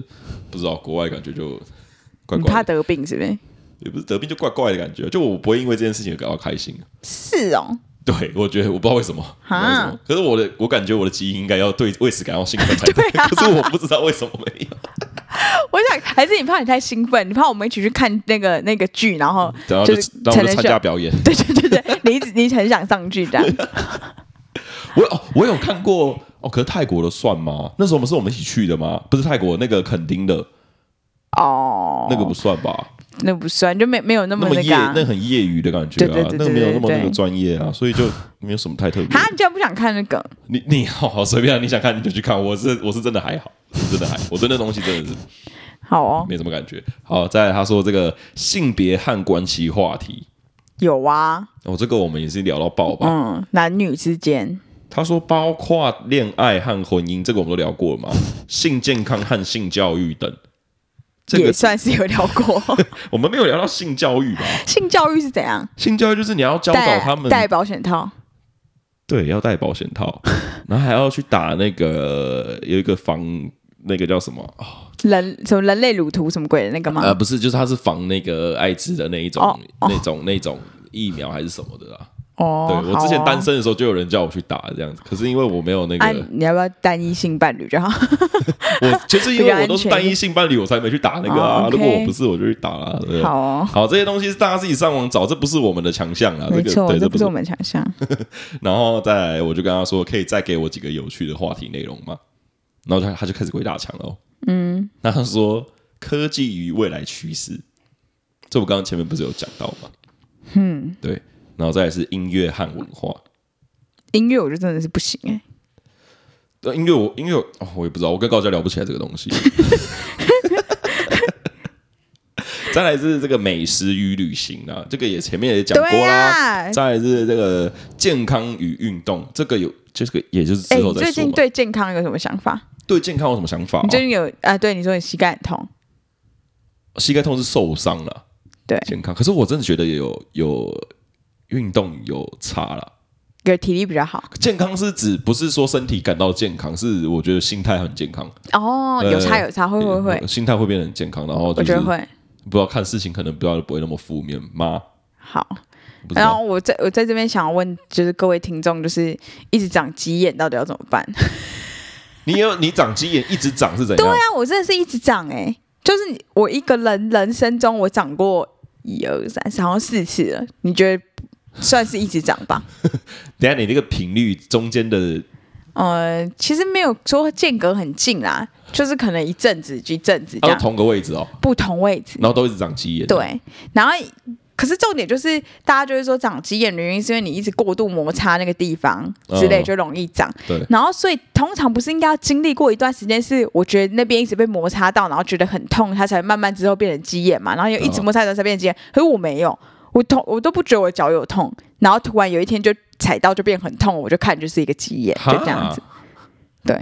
[SPEAKER 1] 不知道国外感觉就怪
[SPEAKER 2] 你
[SPEAKER 1] 怪
[SPEAKER 2] 怕
[SPEAKER 1] 的，
[SPEAKER 2] 得病是不是？
[SPEAKER 1] 也不是得病就怪怪的感觉。就我不会因为这件事情而感到开心。
[SPEAKER 2] 是哦，
[SPEAKER 1] 对，我觉得我不知道为什么，我不知道为什么
[SPEAKER 2] 哈
[SPEAKER 1] 可是我的我感觉我的基因应该要对为此感到兴奋才
[SPEAKER 2] 对啊
[SPEAKER 1] 可是我不知道为什么没有。
[SPEAKER 2] 我想还是你怕你太兴奋，你怕我们一起去看那个那个剧，然后
[SPEAKER 1] 嗯然后就
[SPEAKER 2] 就是
[SPEAKER 1] 然后
[SPEAKER 2] 才
[SPEAKER 1] 我就
[SPEAKER 2] 能
[SPEAKER 1] 参
[SPEAKER 2] 秀
[SPEAKER 1] 加。表演。
[SPEAKER 2] 对对对对，你一直你很想上去这样，
[SPEAKER 1] 我哦，我有看过哦，可是泰国的算吗？那时候我们是我们一起去的吗？不是泰国那个垦丁的、
[SPEAKER 2] 哦，
[SPEAKER 1] 那个不算吧？
[SPEAKER 2] 那不算，就没没有那么
[SPEAKER 1] 那么
[SPEAKER 2] 个
[SPEAKER 1] 业
[SPEAKER 2] 啊。
[SPEAKER 1] 那很业余的感觉
[SPEAKER 2] 对
[SPEAKER 1] 啊
[SPEAKER 2] 对对，对
[SPEAKER 1] 那个没有
[SPEAKER 2] 对
[SPEAKER 1] 那么
[SPEAKER 2] 对嗯
[SPEAKER 1] 那个专业啊，所以就没有什么太特别的
[SPEAKER 2] 哈，。你居然不想看那个？
[SPEAKER 1] 你你 好好随便啊，你想看你就去看，我是我是真的还好，是真的还好，我对那东西真的是
[SPEAKER 2] 好哦，
[SPEAKER 1] 没什么感觉。好，再来他说这个性别和关系话题，
[SPEAKER 2] 有啊，
[SPEAKER 1] 哦，这个我们也是聊到爆吧。
[SPEAKER 2] 嗯，男女之间，
[SPEAKER 1] 他说包括恋爱和婚姻，这个我们都聊过了嘛，性健康和性教育等。这
[SPEAKER 2] 也
[SPEAKER 1] 个
[SPEAKER 2] 算是有聊 过。
[SPEAKER 1] 我们没有聊到性教育吧？
[SPEAKER 2] 性教育是怎样？
[SPEAKER 1] 性教育就是你要教导
[SPEAKER 2] 戴
[SPEAKER 1] 他们，
[SPEAKER 2] 戴保险套，
[SPEAKER 1] 对，要戴保险 套，然后还要去打那个有一个防那个叫什么？哦
[SPEAKER 2] 人什么人类乳图什么鬼的那个吗？
[SPEAKER 1] 呃，不是，就是它是防那个艾滋的那一种、
[SPEAKER 2] 哦哦
[SPEAKER 1] 那种、那种疫苗还是什么的啦。
[SPEAKER 2] 哦，
[SPEAKER 1] 对我之前
[SPEAKER 2] 好哦
[SPEAKER 1] 单。身的时候，就有人叫我去打这样子，可是因为我没有那个，
[SPEAKER 2] 啊，你要不要单一性伴侣就好？
[SPEAKER 1] 我就是因为我都
[SPEAKER 2] 比较安
[SPEAKER 1] 是
[SPEAKER 2] 全
[SPEAKER 1] 单一性伴侣，我才没去打那个啊。
[SPEAKER 2] 哦，OK
[SPEAKER 1] 如果我不是，我就去打啦。对
[SPEAKER 2] 好哦，
[SPEAKER 1] 好，这些东西是大家自己上网找，这不是我们的强项啊。这
[SPEAKER 2] 没
[SPEAKER 1] 个
[SPEAKER 2] 错，
[SPEAKER 1] 对，
[SPEAKER 2] 这
[SPEAKER 1] 这
[SPEAKER 2] 不
[SPEAKER 1] 不
[SPEAKER 2] 是
[SPEAKER 1] 是
[SPEAKER 2] 我们想象。
[SPEAKER 1] 然后再来，我就跟他说，可以再给我几个有趣的话题内容吗？然后他他就开始鬼打墙了、哦。嗯，那他说科技与未来趋势，这我刚刚前面不是有讲到吗？嗯，对。然后再来是音乐和文化，
[SPEAKER 2] 音乐我就真的是不行哎，
[SPEAKER 1] 呃音乐我音乐、哦、我也不知道，我跟高家聊不起来这个 东西。再来是这个美食与旅行啊，这个也前面也讲过
[SPEAKER 2] 对
[SPEAKER 1] 啦。
[SPEAKER 2] 啊
[SPEAKER 1] 再来是这个健康与运动，这个有这个也就是之
[SPEAKER 2] 哎，
[SPEAKER 1] 后
[SPEAKER 2] 你
[SPEAKER 1] 再
[SPEAKER 2] 最
[SPEAKER 1] 说
[SPEAKER 2] 近
[SPEAKER 1] 嘛。
[SPEAKER 2] 对健康有什么想法？
[SPEAKER 1] 对健康有什么想法、
[SPEAKER 2] 你最近有啊？对，你说你膝盖很痛，
[SPEAKER 1] 哦膝盖痛是受伤了，
[SPEAKER 2] 对
[SPEAKER 1] 健康。可是我真的觉得有有运动有差了。
[SPEAKER 2] 有体力比较好
[SPEAKER 1] 健康是指不是说身体感到健康，是我觉得心态很健康。
[SPEAKER 2] 哦，有差有差，会会会，
[SPEAKER 1] 心态会变得很健康，然后
[SPEAKER 2] 我
[SPEAKER 1] 就是
[SPEAKER 2] 觉得会
[SPEAKER 1] 呃不知道看事情可能不要不会那么负面吗？
[SPEAKER 2] 好。
[SPEAKER 1] 不知
[SPEAKER 2] 然
[SPEAKER 1] 道
[SPEAKER 2] 后我在我在这边想要问，就是各位听众，就是一直长鸡眼到底要怎么办？对
[SPEAKER 1] 你有你长鸡眼一直长是怎样？
[SPEAKER 2] 啊，我真的是一直长哎、就是你我一个人人生中我长过一二三四，好像四次了，你觉得算是一直长吧？
[SPEAKER 1] 等一下你那个频率中间的
[SPEAKER 2] 呃，其实没有说间隔很近啦，就是可能一阵子一阵子这
[SPEAKER 1] 要
[SPEAKER 2] 样，
[SPEAKER 1] 同个位置哦，
[SPEAKER 2] 不同位置。
[SPEAKER 1] 然后都一直长鸡眼。，
[SPEAKER 2] 对，然后可是重点就是，大家就会说长鸡眼的原因是因为你一直过度摩擦那个地方之类，
[SPEAKER 1] 嗯
[SPEAKER 2] 就容易长。
[SPEAKER 1] 对
[SPEAKER 2] 然后所以通常不是应该要经历过一段时间，是我觉得那边一直被摩擦到，然后觉得很痛，它才慢慢之后变成鸡眼嘛。然后又一直
[SPEAKER 1] 嗯
[SPEAKER 2] 摩擦到才变成鸡眼，可是我没有，我痛我都不觉得我脚有痛，然后突然有一天就踩到就变很痛，我就看就是一个鸡眼，就这样子。对。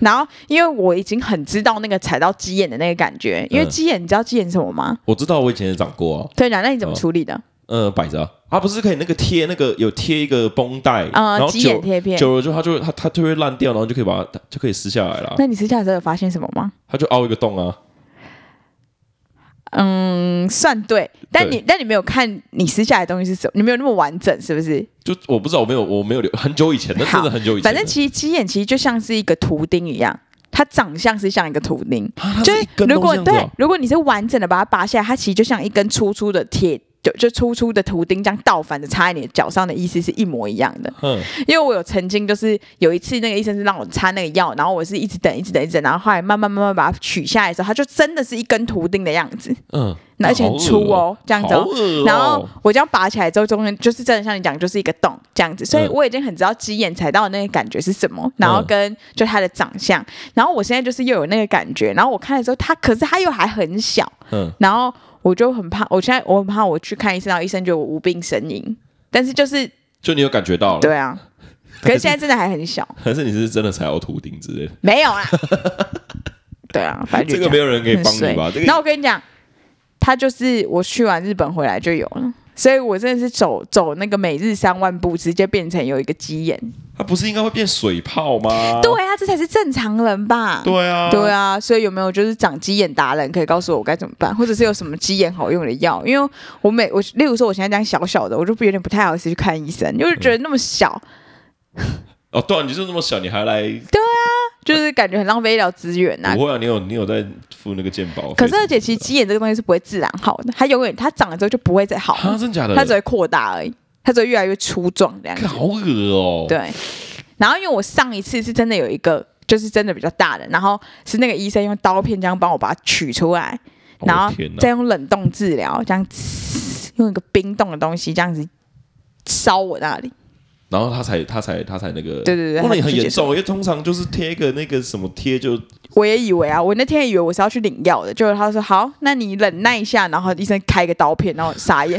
[SPEAKER 2] 然后，因为我已经很知道那个踩到鸡眼的那个感觉，因为
[SPEAKER 1] 嗯
[SPEAKER 2] 鸡眼，你知道鸡眼是什么吗？
[SPEAKER 1] 我知道我以前也长过啊，
[SPEAKER 2] 对，然后那你怎么
[SPEAKER 1] 哦
[SPEAKER 2] 处理的？
[SPEAKER 1] 呃，摆着啊啊，不是可以那个贴那个有贴一个绷带，
[SPEAKER 2] 啊
[SPEAKER 1] 然后
[SPEAKER 2] 鸡眼
[SPEAKER 1] 久
[SPEAKER 2] 贴片
[SPEAKER 1] 久了之后它就会它它就会烂掉，然后就可以把它它就可以撕下来了啊，
[SPEAKER 2] 那你私下的时候有发现什么吗？
[SPEAKER 1] 它就凹一个洞啊，
[SPEAKER 2] 嗯，算对，但你但你没有看你私下的东西是什么，你没有那么完整，是不是？
[SPEAKER 1] 就我不知道，我没有，我没有留很久以前，那真的很久以前了。
[SPEAKER 2] 反正其实鸡眼其实就像是一个图钉一样，它长相是像一个图钉，
[SPEAKER 1] 啊它是
[SPEAKER 2] 就
[SPEAKER 1] 一根
[SPEAKER 2] 如果
[SPEAKER 1] 东西这样子
[SPEAKER 2] 对
[SPEAKER 1] 哦，
[SPEAKER 2] 如果你是完整的把它拔下来，它其实就像一根粗粗的铁，就就粗粗的图钉这样倒反的插在你的脚上的意思是一模一样的。
[SPEAKER 1] 嗯，
[SPEAKER 2] 因为我有曾经就是有一次那个医生是让我擦那个药，然后我是一直等一直等一直等，然后后来慢慢慢慢把它取下来的时候，它就真的是一根图钉的样子，
[SPEAKER 1] 嗯，
[SPEAKER 2] 而且很粗哦，这样子、哦
[SPEAKER 1] 好。恶哦
[SPEAKER 2] 然后我这样拔起来之后，中间就是真的像你讲，就是一个洞这样子，所以
[SPEAKER 1] 嗯
[SPEAKER 2] 我已经很知道鸡眼踩到的那个感觉是什么，然后跟就它的长相，然后我现在就是又有那个感觉，然后我看的时候它，可是它又还很小，
[SPEAKER 1] 嗯，
[SPEAKER 2] 然后我就很怕，我现在我很怕我去看医生，然后医生觉得我无病呻吟，但是就是
[SPEAKER 1] 就你有感觉到了，
[SPEAKER 2] 对 啊，可是现在真的还很小，
[SPEAKER 1] 还是你是真的踩到图钉之类的？
[SPEAKER 2] 没 有啦，对啊，反正就
[SPEAKER 1] 这个没有人可以
[SPEAKER 2] 很
[SPEAKER 1] 帮你吧？
[SPEAKER 2] 衰
[SPEAKER 1] 这个
[SPEAKER 2] 那我跟你讲，他就是我去完日本回来就有了，所以我真的是走走那个每日三万步，直接变成有一个鸡眼。
[SPEAKER 1] 它不是应该会变水泡吗？
[SPEAKER 2] 对啊，这才是正常人吧？
[SPEAKER 1] 对啊，
[SPEAKER 2] 对啊，所以有没有就是长鸡眼达人可以告诉我该怎么办，或者是有什么鸡眼好用的药？因为我每我例如说我现在这样小小的，我就不有点不太好意思去看医生，因为觉得那么小，
[SPEAKER 1] 哦，对啊，你就那么小，你还来？
[SPEAKER 2] 就是感觉很浪费医疗资源啊。
[SPEAKER 1] 不会啊，你有你有在付那个健保费？
[SPEAKER 2] 可是而且其实鸡眼这个东西是不会自然好的，它永远它长了之后就不会再好了
[SPEAKER 1] 啊，真假的？
[SPEAKER 2] 它只会扩大而已，它只会越来越粗壮这样子
[SPEAKER 1] 看。好恶哦。，
[SPEAKER 2] 对，然后因为我上一次是真的有一个，就是真的比较大的，然后是那个医生用刀片这样帮我把它取出来，然后
[SPEAKER 1] 哦天哪
[SPEAKER 2] 再用冷冻治疗，这样呲用一个冰冻的东西这样子烧我那里。
[SPEAKER 1] 然后他才他才他才那个，
[SPEAKER 2] 对对对
[SPEAKER 1] 哇那
[SPEAKER 2] 他
[SPEAKER 1] 也很
[SPEAKER 2] 就
[SPEAKER 1] 严
[SPEAKER 2] 接受
[SPEAKER 1] 重，因为通常就是贴个那个什么贴就
[SPEAKER 2] 我也以为啊，我那天也以为我是要去领药的，结果他说好，那你忍耐一下，然后医生开个刀片，然后我傻眼，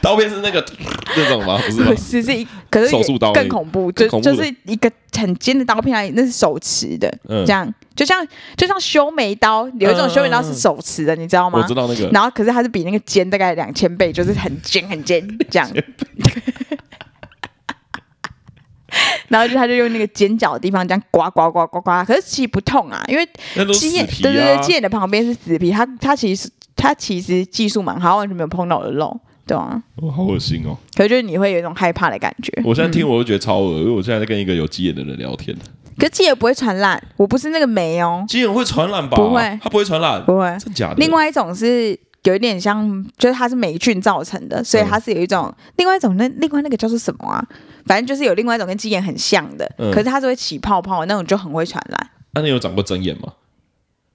[SPEAKER 1] 刀片是那个 那种吗？不是 吗
[SPEAKER 2] 可？是是一，可是
[SPEAKER 1] 手
[SPEAKER 2] 也
[SPEAKER 1] 术刀而已
[SPEAKER 2] 更恐怖，就
[SPEAKER 1] 更恐怖
[SPEAKER 2] 就
[SPEAKER 1] 的
[SPEAKER 2] 是一个很尖的刀片而已，那是手持的，
[SPEAKER 1] 嗯
[SPEAKER 2] 这样就像就像修眉刀，有一种修眉刀是手持的，你知道吗？
[SPEAKER 1] 我知道那个，
[SPEAKER 2] 然后可是它是比那个尖大概两千倍，就是很尖 很尖这样。 然后就他就用那个尖角的地方这样刮刮刮刮刮，可是其实不痛啊，因为
[SPEAKER 1] 那都是
[SPEAKER 2] 鸡
[SPEAKER 1] 死
[SPEAKER 2] 眼、
[SPEAKER 1] 皮
[SPEAKER 2] 对对对，
[SPEAKER 1] 啊
[SPEAKER 2] 鸡。眼的旁边是死皮，它它其实它其实技术蛮好，完全没有碰到我的肉，对啊。
[SPEAKER 1] 我好恶心哦！
[SPEAKER 2] 可是就是你会有一种害怕的感觉。
[SPEAKER 1] 我现在听我就觉得超恶，因为我现在在跟一个有鸡眼的人聊天，
[SPEAKER 2] 可是鸡也不会传染，我不是那个霉哦，
[SPEAKER 1] 鸡眼会传染吧？
[SPEAKER 2] 不会
[SPEAKER 1] 它不会传染，
[SPEAKER 2] 不会。
[SPEAKER 1] 真假的？
[SPEAKER 2] 另外一种是有一点像，就是它是霉菌造成
[SPEAKER 1] 嗯
[SPEAKER 2] 的，所以它是有一种、另外一种那另外那个叫做什么啊？反正就是有另外一种跟鸡眼很像的，
[SPEAKER 1] 嗯
[SPEAKER 2] 可是它是会起泡泡那种就很会传染。
[SPEAKER 1] 啊那、你有长过针眼吗？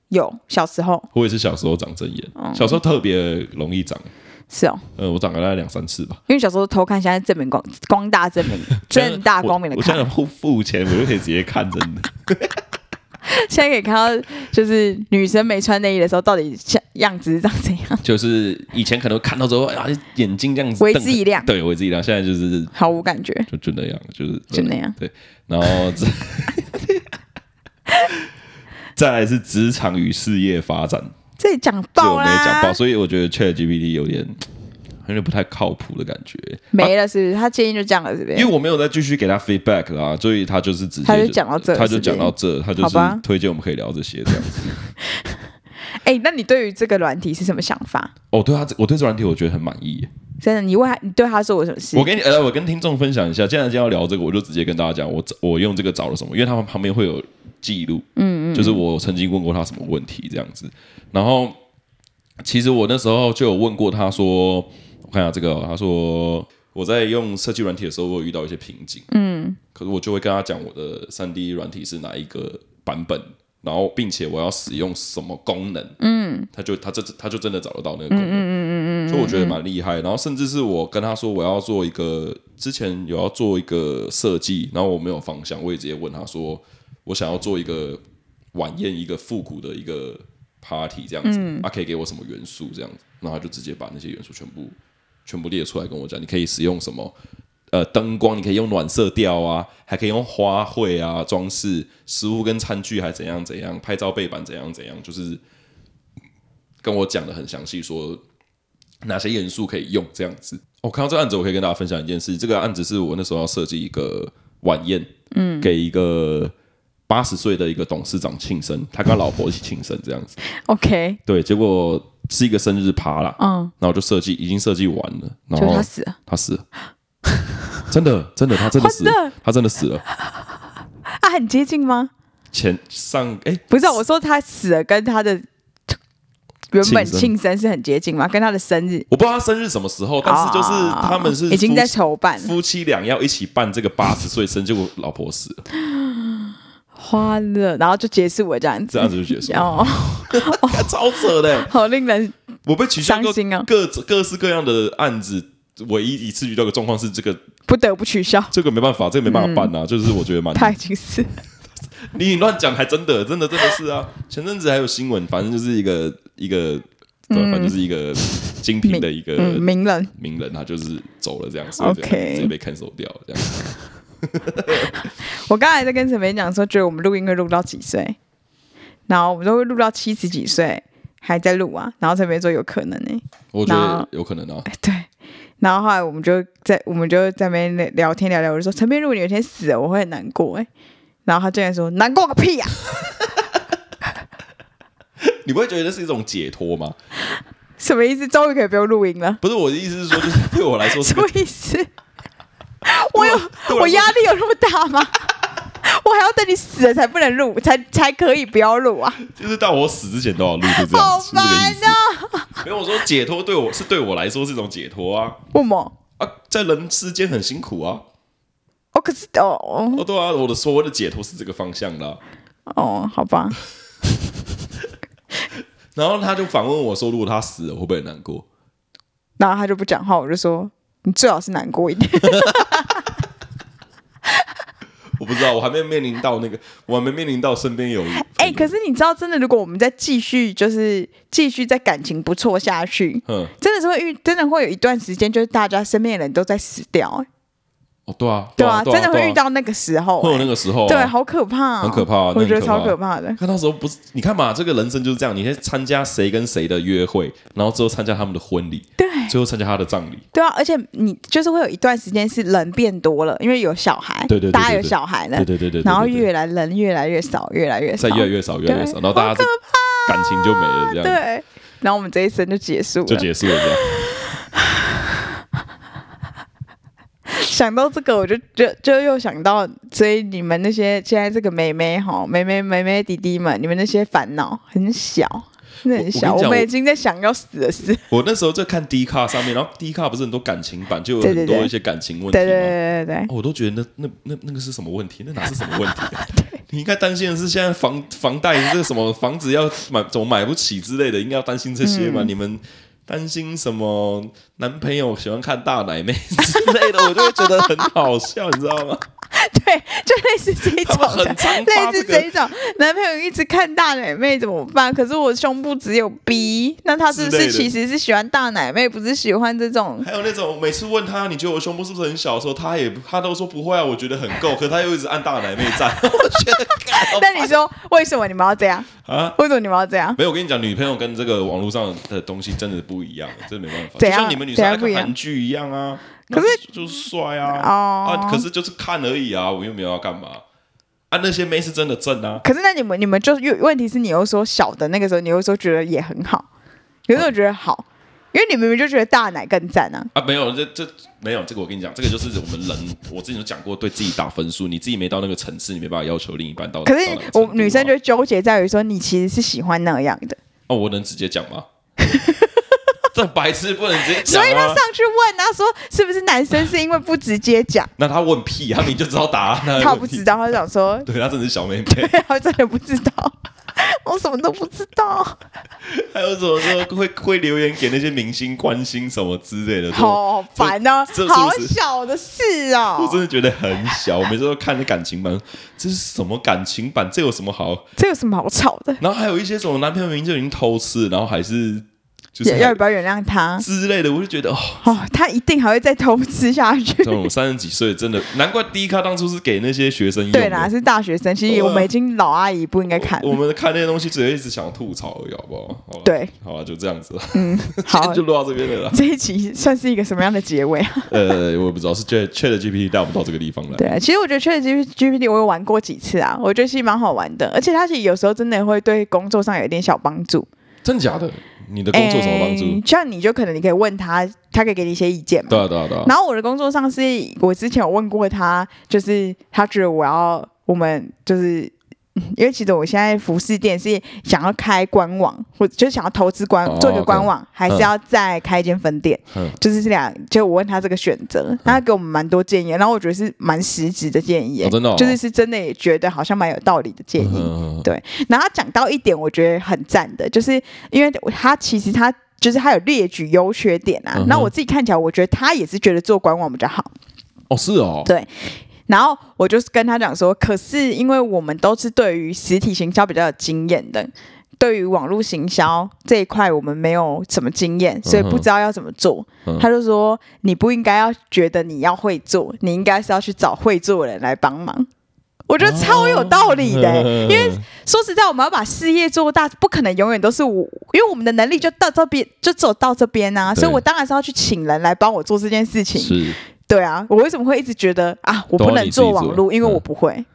[SPEAKER 2] 有小时候
[SPEAKER 1] 我也是小时候长针眼，
[SPEAKER 2] 哦
[SPEAKER 1] 小时候特别容易长，
[SPEAKER 2] 是哦，
[SPEAKER 1] 呃，我长了大概两三次吧。
[SPEAKER 2] 因为小时候偷看，现在证明光光大证 明正大光明的
[SPEAKER 1] 我现在
[SPEAKER 2] 看，
[SPEAKER 1] 付付钱，我就可以直接看，真的。
[SPEAKER 2] 现在可以看到就是女生没穿内衣的时候到底像样子是长怎样，
[SPEAKER 1] 就是以前可能看到之后，啊，眼睛这样子
[SPEAKER 2] 为
[SPEAKER 1] 瞪
[SPEAKER 2] 之一亮
[SPEAKER 1] 对，为之一亮。现在就是
[SPEAKER 2] 毫无感觉。
[SPEAKER 1] 就就那样，就是
[SPEAKER 2] 就那样
[SPEAKER 1] 对，然后这 再来是职场与事业发展，
[SPEAKER 2] 这里讲
[SPEAKER 1] 这我
[SPEAKER 2] 爆
[SPEAKER 1] 没讲
[SPEAKER 2] 啦
[SPEAKER 1] 到，，所以我觉得 Chat GPT 有点有点不太靠谱的感觉，
[SPEAKER 2] 没了是不是？他建议就这样了，是不
[SPEAKER 1] 因为
[SPEAKER 2] 是？
[SPEAKER 1] 我啊没有再继续给他 feedback 啦，所以他就是直接
[SPEAKER 2] 他就讲到这
[SPEAKER 1] 他就是
[SPEAKER 2] 不是
[SPEAKER 1] 讲到这，他就
[SPEAKER 2] 好
[SPEAKER 1] 是
[SPEAKER 2] 吧
[SPEAKER 1] 推荐我们可以聊这些这样子。
[SPEAKER 2] 哎、那你对于这个软体是什么想法？
[SPEAKER 1] 哦，对他，我对这软体我觉得很满意耶。
[SPEAKER 2] 真的，你问他，你对他做过什么事？
[SPEAKER 1] 我跟你呃，我跟听众分享一下，既然今天要聊这个，我就直接跟大家讲，我我用这个找了什么，因为他们旁边会有记录，嗯嗯，就是我曾经问过他什么问题这样子，然后其实我那时候就有问过他说，我看一下这个哦、他说我在用设计软体的时候，我有遇到一些瓶颈，嗯，可是我就会跟他讲我的三 D 软体是哪一个版本。然后，并且我要使用什么功能，嗯，他就他这他就真的找得到那个功能，所以我觉得蛮厉害。然后甚至是我跟他说我要做一个，之前有要做一个设计，然后我没有方向，我也直接问他说，我想要做一个晚宴，一个复古的一个 party 这样子，他、啊可以给我什么元素这样子，然后他就直接把那些元素全部全部列出来跟我讲，你可以使用什么。呃，灯光你可以用暖色调啊，还可以用花卉啊装饰，食物跟餐具还怎样怎样，拍照背板怎样怎样，就是跟我讲的很详细，说哪些元素可以用这样子。我、看到这个案子，我可以跟大家分享一件事。这个案子是我那时候要设计一个晚宴，嗯，给一个 八十岁的一个董事长庆生，他跟他老婆一起庆生这样子。
[SPEAKER 2] OK，
[SPEAKER 1] 对，结果是一个生日趴啦，
[SPEAKER 2] 嗯，
[SPEAKER 1] 然后我就设计已经设计完了，然
[SPEAKER 2] 就是
[SPEAKER 1] 后
[SPEAKER 2] 他死了
[SPEAKER 1] 他死了， 真的真的他真的死
[SPEAKER 2] 真
[SPEAKER 1] 了
[SPEAKER 2] 的，
[SPEAKER 1] 他真的死了，
[SPEAKER 2] 啊，很接近吗？
[SPEAKER 1] 前上哎
[SPEAKER 2] 不是，我说他死了跟他的原本
[SPEAKER 1] 庆生
[SPEAKER 2] 庆生是很接近吗？跟他的生日，
[SPEAKER 1] 我不知道他生日什么时候，但是就是他们是
[SPEAKER 2] 啊已经
[SPEAKER 1] 夫
[SPEAKER 2] 在
[SPEAKER 1] 妻
[SPEAKER 2] 筹办了
[SPEAKER 1] 夫妻俩要一起办这个八十岁生，结果老婆死了，
[SPEAKER 2] 花了，然后就结束了这样子，
[SPEAKER 1] 这样子就结束了，
[SPEAKER 2] 哦，
[SPEAKER 1] 超扯的，欸
[SPEAKER 2] 好令人
[SPEAKER 1] 我被取消过
[SPEAKER 2] 伤心啊
[SPEAKER 1] 各各式各样的案子。唯一一次遇到的状况是这个，
[SPEAKER 2] 不得不取消。
[SPEAKER 1] 这个没办法，这个没办法办
[SPEAKER 2] 嗯
[SPEAKER 1] 啊，就是我觉得蛮
[SPEAKER 2] 他已经死了，
[SPEAKER 1] 你乱讲还真的，真的真的是啊！前阵子还有新闻，反正就是一个一个，对，反正就是一个精品的一个
[SPEAKER 2] 嗯，名人
[SPEAKER 1] 名人，他就是走了这样，所以这样
[SPEAKER 2] OK
[SPEAKER 1] 直接被 cancel 掉了这样。
[SPEAKER 2] 我刚才在跟陈培讲说，觉得我们录音会录到几岁，然后我们都会录到七十几岁还在录啊，然后陈培说有可能欸呢、
[SPEAKER 1] 我觉得
[SPEAKER 2] 那
[SPEAKER 1] 有可能啊，
[SPEAKER 2] 哎 对，然后后来我们就在我们就在那边聊聊天聊聊，我就说陈培，如果你有一天死了，我会很难过哎、然后他竟然说难过个屁啊呀、
[SPEAKER 1] 你不会觉得是一种解脱吗？
[SPEAKER 2] 什么意思？终于可以不用录音了，
[SPEAKER 1] 不是我的意思是说，就是对我来 说是
[SPEAKER 2] 什
[SPEAKER 1] 个
[SPEAKER 2] 么意思？我有
[SPEAKER 1] 对我来说
[SPEAKER 2] 我压力有那么大吗？ 我还要等你死了才不能录，才才可以不要录啊！
[SPEAKER 1] 就是到我死之前都要录，就这
[SPEAKER 2] 好
[SPEAKER 1] 样，是这个
[SPEAKER 2] 烦
[SPEAKER 1] 意思。
[SPEAKER 2] 哦、
[SPEAKER 1] 没有我说解脱对我是对我来说是一种解脱啊
[SPEAKER 2] 为什么？
[SPEAKER 1] 啊，在人世间很辛苦啊。
[SPEAKER 2] 哦，可是哦哦
[SPEAKER 1] 哦，对啊，我的所谓的解脱是这个方向的啊、
[SPEAKER 2] 哦，好吧，
[SPEAKER 1] 然后他就反问我说，如果他死了，会不会很难过？
[SPEAKER 2] 然后他就不讲话，我就说你最好是难过一点。
[SPEAKER 1] 我不知道，我还没面临到那个，我还没面临到身边有。
[SPEAKER 2] 哎、可是你知道，真的，如果我们再继续，就是继续在感情不错下去，
[SPEAKER 1] 嗯，
[SPEAKER 2] 真的是会遇，真的会有一段时间，就是大家身边的人都在死掉、哎
[SPEAKER 1] 哦，对啊，
[SPEAKER 2] 对
[SPEAKER 1] 啊，
[SPEAKER 2] 啊，
[SPEAKER 1] 对
[SPEAKER 2] 真的
[SPEAKER 1] 对
[SPEAKER 2] 会
[SPEAKER 1] 啊
[SPEAKER 2] 遇，到那个时候、
[SPEAKER 1] 会有
[SPEAKER 2] 哎
[SPEAKER 1] 那个时候啊，
[SPEAKER 2] 对，好可怕、哦，
[SPEAKER 1] 很可怕啊那
[SPEAKER 2] 我
[SPEAKER 1] 很
[SPEAKER 2] 觉得
[SPEAKER 1] 可怕
[SPEAKER 2] 超可怕的。
[SPEAKER 1] 看到时候不是，你看嘛，这个人生就是这样，你先参加谁跟谁的约会，然后之后参加他们的婚礼，
[SPEAKER 2] 对
[SPEAKER 1] 最后参加他的葬礼，
[SPEAKER 2] 对啊，而且你就是会有一段时间是人变多了，因为有小孩，
[SPEAKER 1] 对对对对
[SPEAKER 2] 大家有
[SPEAKER 1] 对
[SPEAKER 2] 小孩了，
[SPEAKER 1] 对对对对对
[SPEAKER 2] 然后
[SPEAKER 1] 对对
[SPEAKER 2] 越来人越来越少，越来越少，
[SPEAKER 1] 再越来越少，越来越少，然后大家
[SPEAKER 2] 好可
[SPEAKER 1] 这感情就没了，这样
[SPEAKER 2] 对，然后我们这一生就结束了。
[SPEAKER 1] 就结束了，这样。
[SPEAKER 2] 想到这个，我就就就又想到，所以你们那些现在这个妹妹哈，妹妹妹妹弟弟们，你们那些烦恼很小，真
[SPEAKER 1] 我我跟
[SPEAKER 2] 的很
[SPEAKER 1] 你
[SPEAKER 2] 小。我
[SPEAKER 1] 讲
[SPEAKER 2] 们
[SPEAKER 1] 我
[SPEAKER 2] 已经在想要死的事。
[SPEAKER 1] 我那时候在看 D 卡上面，然后 D 卡不是很多感情版，就有
[SPEAKER 2] 对
[SPEAKER 1] 很
[SPEAKER 2] 对
[SPEAKER 1] 多
[SPEAKER 2] 对
[SPEAKER 1] 一些感情问题
[SPEAKER 2] 对对
[SPEAKER 1] 嘛。
[SPEAKER 2] 对对对
[SPEAKER 1] 哦我都觉得那那那那个是什么问题？那哪是什么问题啊？你应该担心的是现在房房贷这个什么房子要买怎么买不起之类的，应该要担心这些嘛？
[SPEAKER 2] 嗯
[SPEAKER 1] 你们担心什么？男朋友喜欢看大奶 妹之类的，我就会觉得很好笑，你知道吗？
[SPEAKER 2] 对对，就类似这一种
[SPEAKER 1] 他们
[SPEAKER 2] 的
[SPEAKER 1] 很常，发
[SPEAKER 2] 类似
[SPEAKER 1] 这个
[SPEAKER 2] 这一种。男朋友一直看大奶妹怎么办？可是我胸部只有 B，那他是不
[SPEAKER 1] 之类
[SPEAKER 2] 是
[SPEAKER 1] 的
[SPEAKER 2] 其实是喜欢大奶妹，不是喜欢这种？
[SPEAKER 1] 还有那种每次问他你觉得我胸部是不是很小的时候，他也他都说不会啊，我觉得很够，可他又一直按大奶妹 赞，我觉得干好
[SPEAKER 2] 那你说为什么你们要这样？
[SPEAKER 1] 啊。
[SPEAKER 2] 为什么你们要这样？
[SPEAKER 1] 没有，我跟你讲，女朋友跟这个网络上的东西真的不一样，这没办法。
[SPEAKER 2] 怎
[SPEAKER 1] 就
[SPEAKER 2] 样
[SPEAKER 1] 像你们女生爱
[SPEAKER 2] 怎
[SPEAKER 1] 看
[SPEAKER 2] 样不一样
[SPEAKER 1] 韩剧一样啊，
[SPEAKER 2] 可是
[SPEAKER 1] 那就就是帅啊，
[SPEAKER 2] 哦
[SPEAKER 1] 啊，可是就是看而已啊，我又没有要干嘛啊。那些妹是真的正啊，
[SPEAKER 2] 可是那你们你们就是又问题是你又说小的那个时候，你又说觉得也很好，有时候觉得好，因为你明明就觉得大奶更赞啊。
[SPEAKER 1] 啊，没有，这这没有，这个我跟你讲，这个就是我们人，我之前就讲过，对自己打分数，你自己没到那个层次，你没办法要求另一半到。
[SPEAKER 2] 可是
[SPEAKER 1] 到那个程
[SPEAKER 2] 我
[SPEAKER 1] 度啊
[SPEAKER 2] 女生就纠结在于说，你其实是喜欢那样的，
[SPEAKER 1] 哦，我能直接讲吗？ 这白痴不能直接讲
[SPEAKER 2] 所以她
[SPEAKER 1] 啊
[SPEAKER 2] 上！去问她说是不是男生是因为不直接 讲，
[SPEAKER 1] 那他问屁，他明就知道答案，那
[SPEAKER 2] 她
[SPEAKER 1] 问
[SPEAKER 2] 不
[SPEAKER 1] 屁
[SPEAKER 2] 知，道，她想说
[SPEAKER 1] 对他真的是小妹妹。
[SPEAKER 2] 她真的不知道， 我什么都不知道，
[SPEAKER 1] 还有什么说会会留言给那些明星关心什么之类的，
[SPEAKER 2] 好烦哦
[SPEAKER 1] 这，
[SPEAKER 2] 好
[SPEAKER 1] 这是不是
[SPEAKER 2] 小的事
[SPEAKER 1] 我真
[SPEAKER 2] 哦，
[SPEAKER 1] 的觉得很小。我每次都看那感情版，这是什么感情版？这有什么好？
[SPEAKER 2] 这有什么好吵的？
[SPEAKER 1] 然后还有一些什么男朋友明明就已经偷吃，然后还是就是
[SPEAKER 2] 要
[SPEAKER 1] 还
[SPEAKER 2] 要不要原谅他？
[SPEAKER 1] 之类的，我就觉得哦，
[SPEAKER 2] 哦，他一定还会再偷吃下去。
[SPEAKER 1] 这种三十几岁真的，难怪第一咖当初是给那些学生用的。
[SPEAKER 2] 对啦，是大学生，其实
[SPEAKER 1] 对啊
[SPEAKER 2] 我们已经老阿姨不应该看
[SPEAKER 1] 我。我们看那些东西，只会一直想吐槽而已，好不好？好啦
[SPEAKER 2] 对，
[SPEAKER 1] 好了，就这样子了，，
[SPEAKER 2] 好
[SPEAKER 1] 就录到这边 了啦。
[SPEAKER 2] 这一集算是一个什么样的结尾啊？
[SPEAKER 1] 呃，我也不知道是 Chat Chat GPT 带我们到这个地方来。
[SPEAKER 2] 对啊，其实我觉得 Chat GPT 我有玩过几次啊，我觉得是蛮好玩的，而且它是有时候真的会对工作上有一点小帮助。
[SPEAKER 1] 真的假的？你的工作有什么帮助
[SPEAKER 2] 哎？像你就可能你可以问他，他可以给你一些意见嘛。
[SPEAKER 1] 对啊，对啊，对啊。
[SPEAKER 2] 然后我的工作上是我之前有问过他，就是他觉得我要我们就是。因为其实我现在服饰店是想要开官网，或就是想要投资官
[SPEAKER 1] 哦
[SPEAKER 2] 做一个
[SPEAKER 1] OK
[SPEAKER 2] 官网，还是要再开一间分店，
[SPEAKER 1] 嗯
[SPEAKER 2] 就是这两。就我问他这个选择，他给我们蛮多建议，然后我觉得是蛮实质的建议，
[SPEAKER 1] 哦真的哦
[SPEAKER 2] 就是是真的也觉得好像蛮有道理的建议。
[SPEAKER 1] 嗯
[SPEAKER 2] 对然后他讲到一点，我觉得很赞的，就是因为他其实他就是他有列举优缺点啊
[SPEAKER 1] 嗯。哼
[SPEAKER 2] 那、我自己看起来，我觉得他也是觉得做官网比较好。
[SPEAKER 1] 哦，是哦，
[SPEAKER 2] 对，然后我就是跟他讲说，可是因为我们都是对于实体行销比较有经验的。对于网络行销这一块，我们没有什么经验，所以不知道要怎么做。
[SPEAKER 1] 嗯
[SPEAKER 2] 他就说：“你不应该要觉得你要会做，你应该是要去找会做的人来帮忙。”我
[SPEAKER 1] 哦
[SPEAKER 2] 觉得超有道理的、欸因为说实在，我们要把事业做大，不可能永远都是我，因为我们的能力就到这边，就只有到这边啊，
[SPEAKER 1] 对
[SPEAKER 2] 所以我当然是要去请人来帮我做这件事 情。
[SPEAKER 1] 是
[SPEAKER 2] 对啊，我为什么会一直觉得啊，我
[SPEAKER 1] 都要
[SPEAKER 2] 不
[SPEAKER 1] 你
[SPEAKER 2] 能
[SPEAKER 1] 自己
[SPEAKER 2] 做网
[SPEAKER 1] 做
[SPEAKER 2] 络，因为
[SPEAKER 1] 嗯
[SPEAKER 2] 我不会，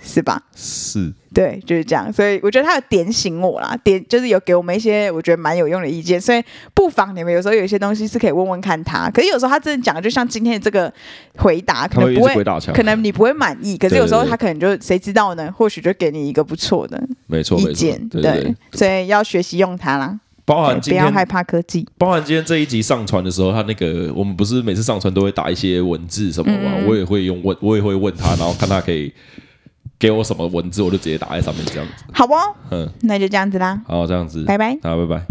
[SPEAKER 2] 是吧？
[SPEAKER 1] 是，
[SPEAKER 2] 对，就是这样。所以我觉得他有点醒我啦，点就是有给我们一些我觉得蛮有用的意见。所以不妨你们有时候有一些东西是可以问问看他，可是有时候他真的讲的，就像今天的这个回答，可
[SPEAKER 1] 他会
[SPEAKER 2] 能
[SPEAKER 1] 一
[SPEAKER 2] 不
[SPEAKER 1] 直鬼
[SPEAKER 2] 会。
[SPEAKER 1] 打墙，
[SPEAKER 2] 可能你不会满意，可是
[SPEAKER 1] 对
[SPEAKER 2] 有时候
[SPEAKER 1] 对对
[SPEAKER 2] 他可能就谁知道呢？或许就给你一个不错的
[SPEAKER 1] 没错，
[SPEAKER 2] 意
[SPEAKER 1] 没错
[SPEAKER 2] 见，，
[SPEAKER 1] 对对，
[SPEAKER 2] 所以要学习用它啦，
[SPEAKER 1] 包含
[SPEAKER 2] 对
[SPEAKER 1] 今
[SPEAKER 2] 不要害
[SPEAKER 1] 天，
[SPEAKER 2] 怕科技。
[SPEAKER 1] 包含今天这一集上传的时候，他那个我们不是每次上传都会打一些文字什么吗？
[SPEAKER 2] 嗯
[SPEAKER 1] 我也会用问，我也会问他，然后看他可以给我什么文字，我就直接打在上面这样子。
[SPEAKER 2] 好不、哦？
[SPEAKER 1] 嗯，
[SPEAKER 2] 那就这样子啦，
[SPEAKER 1] 好，这样子，
[SPEAKER 2] 拜拜。
[SPEAKER 1] 好，拜拜。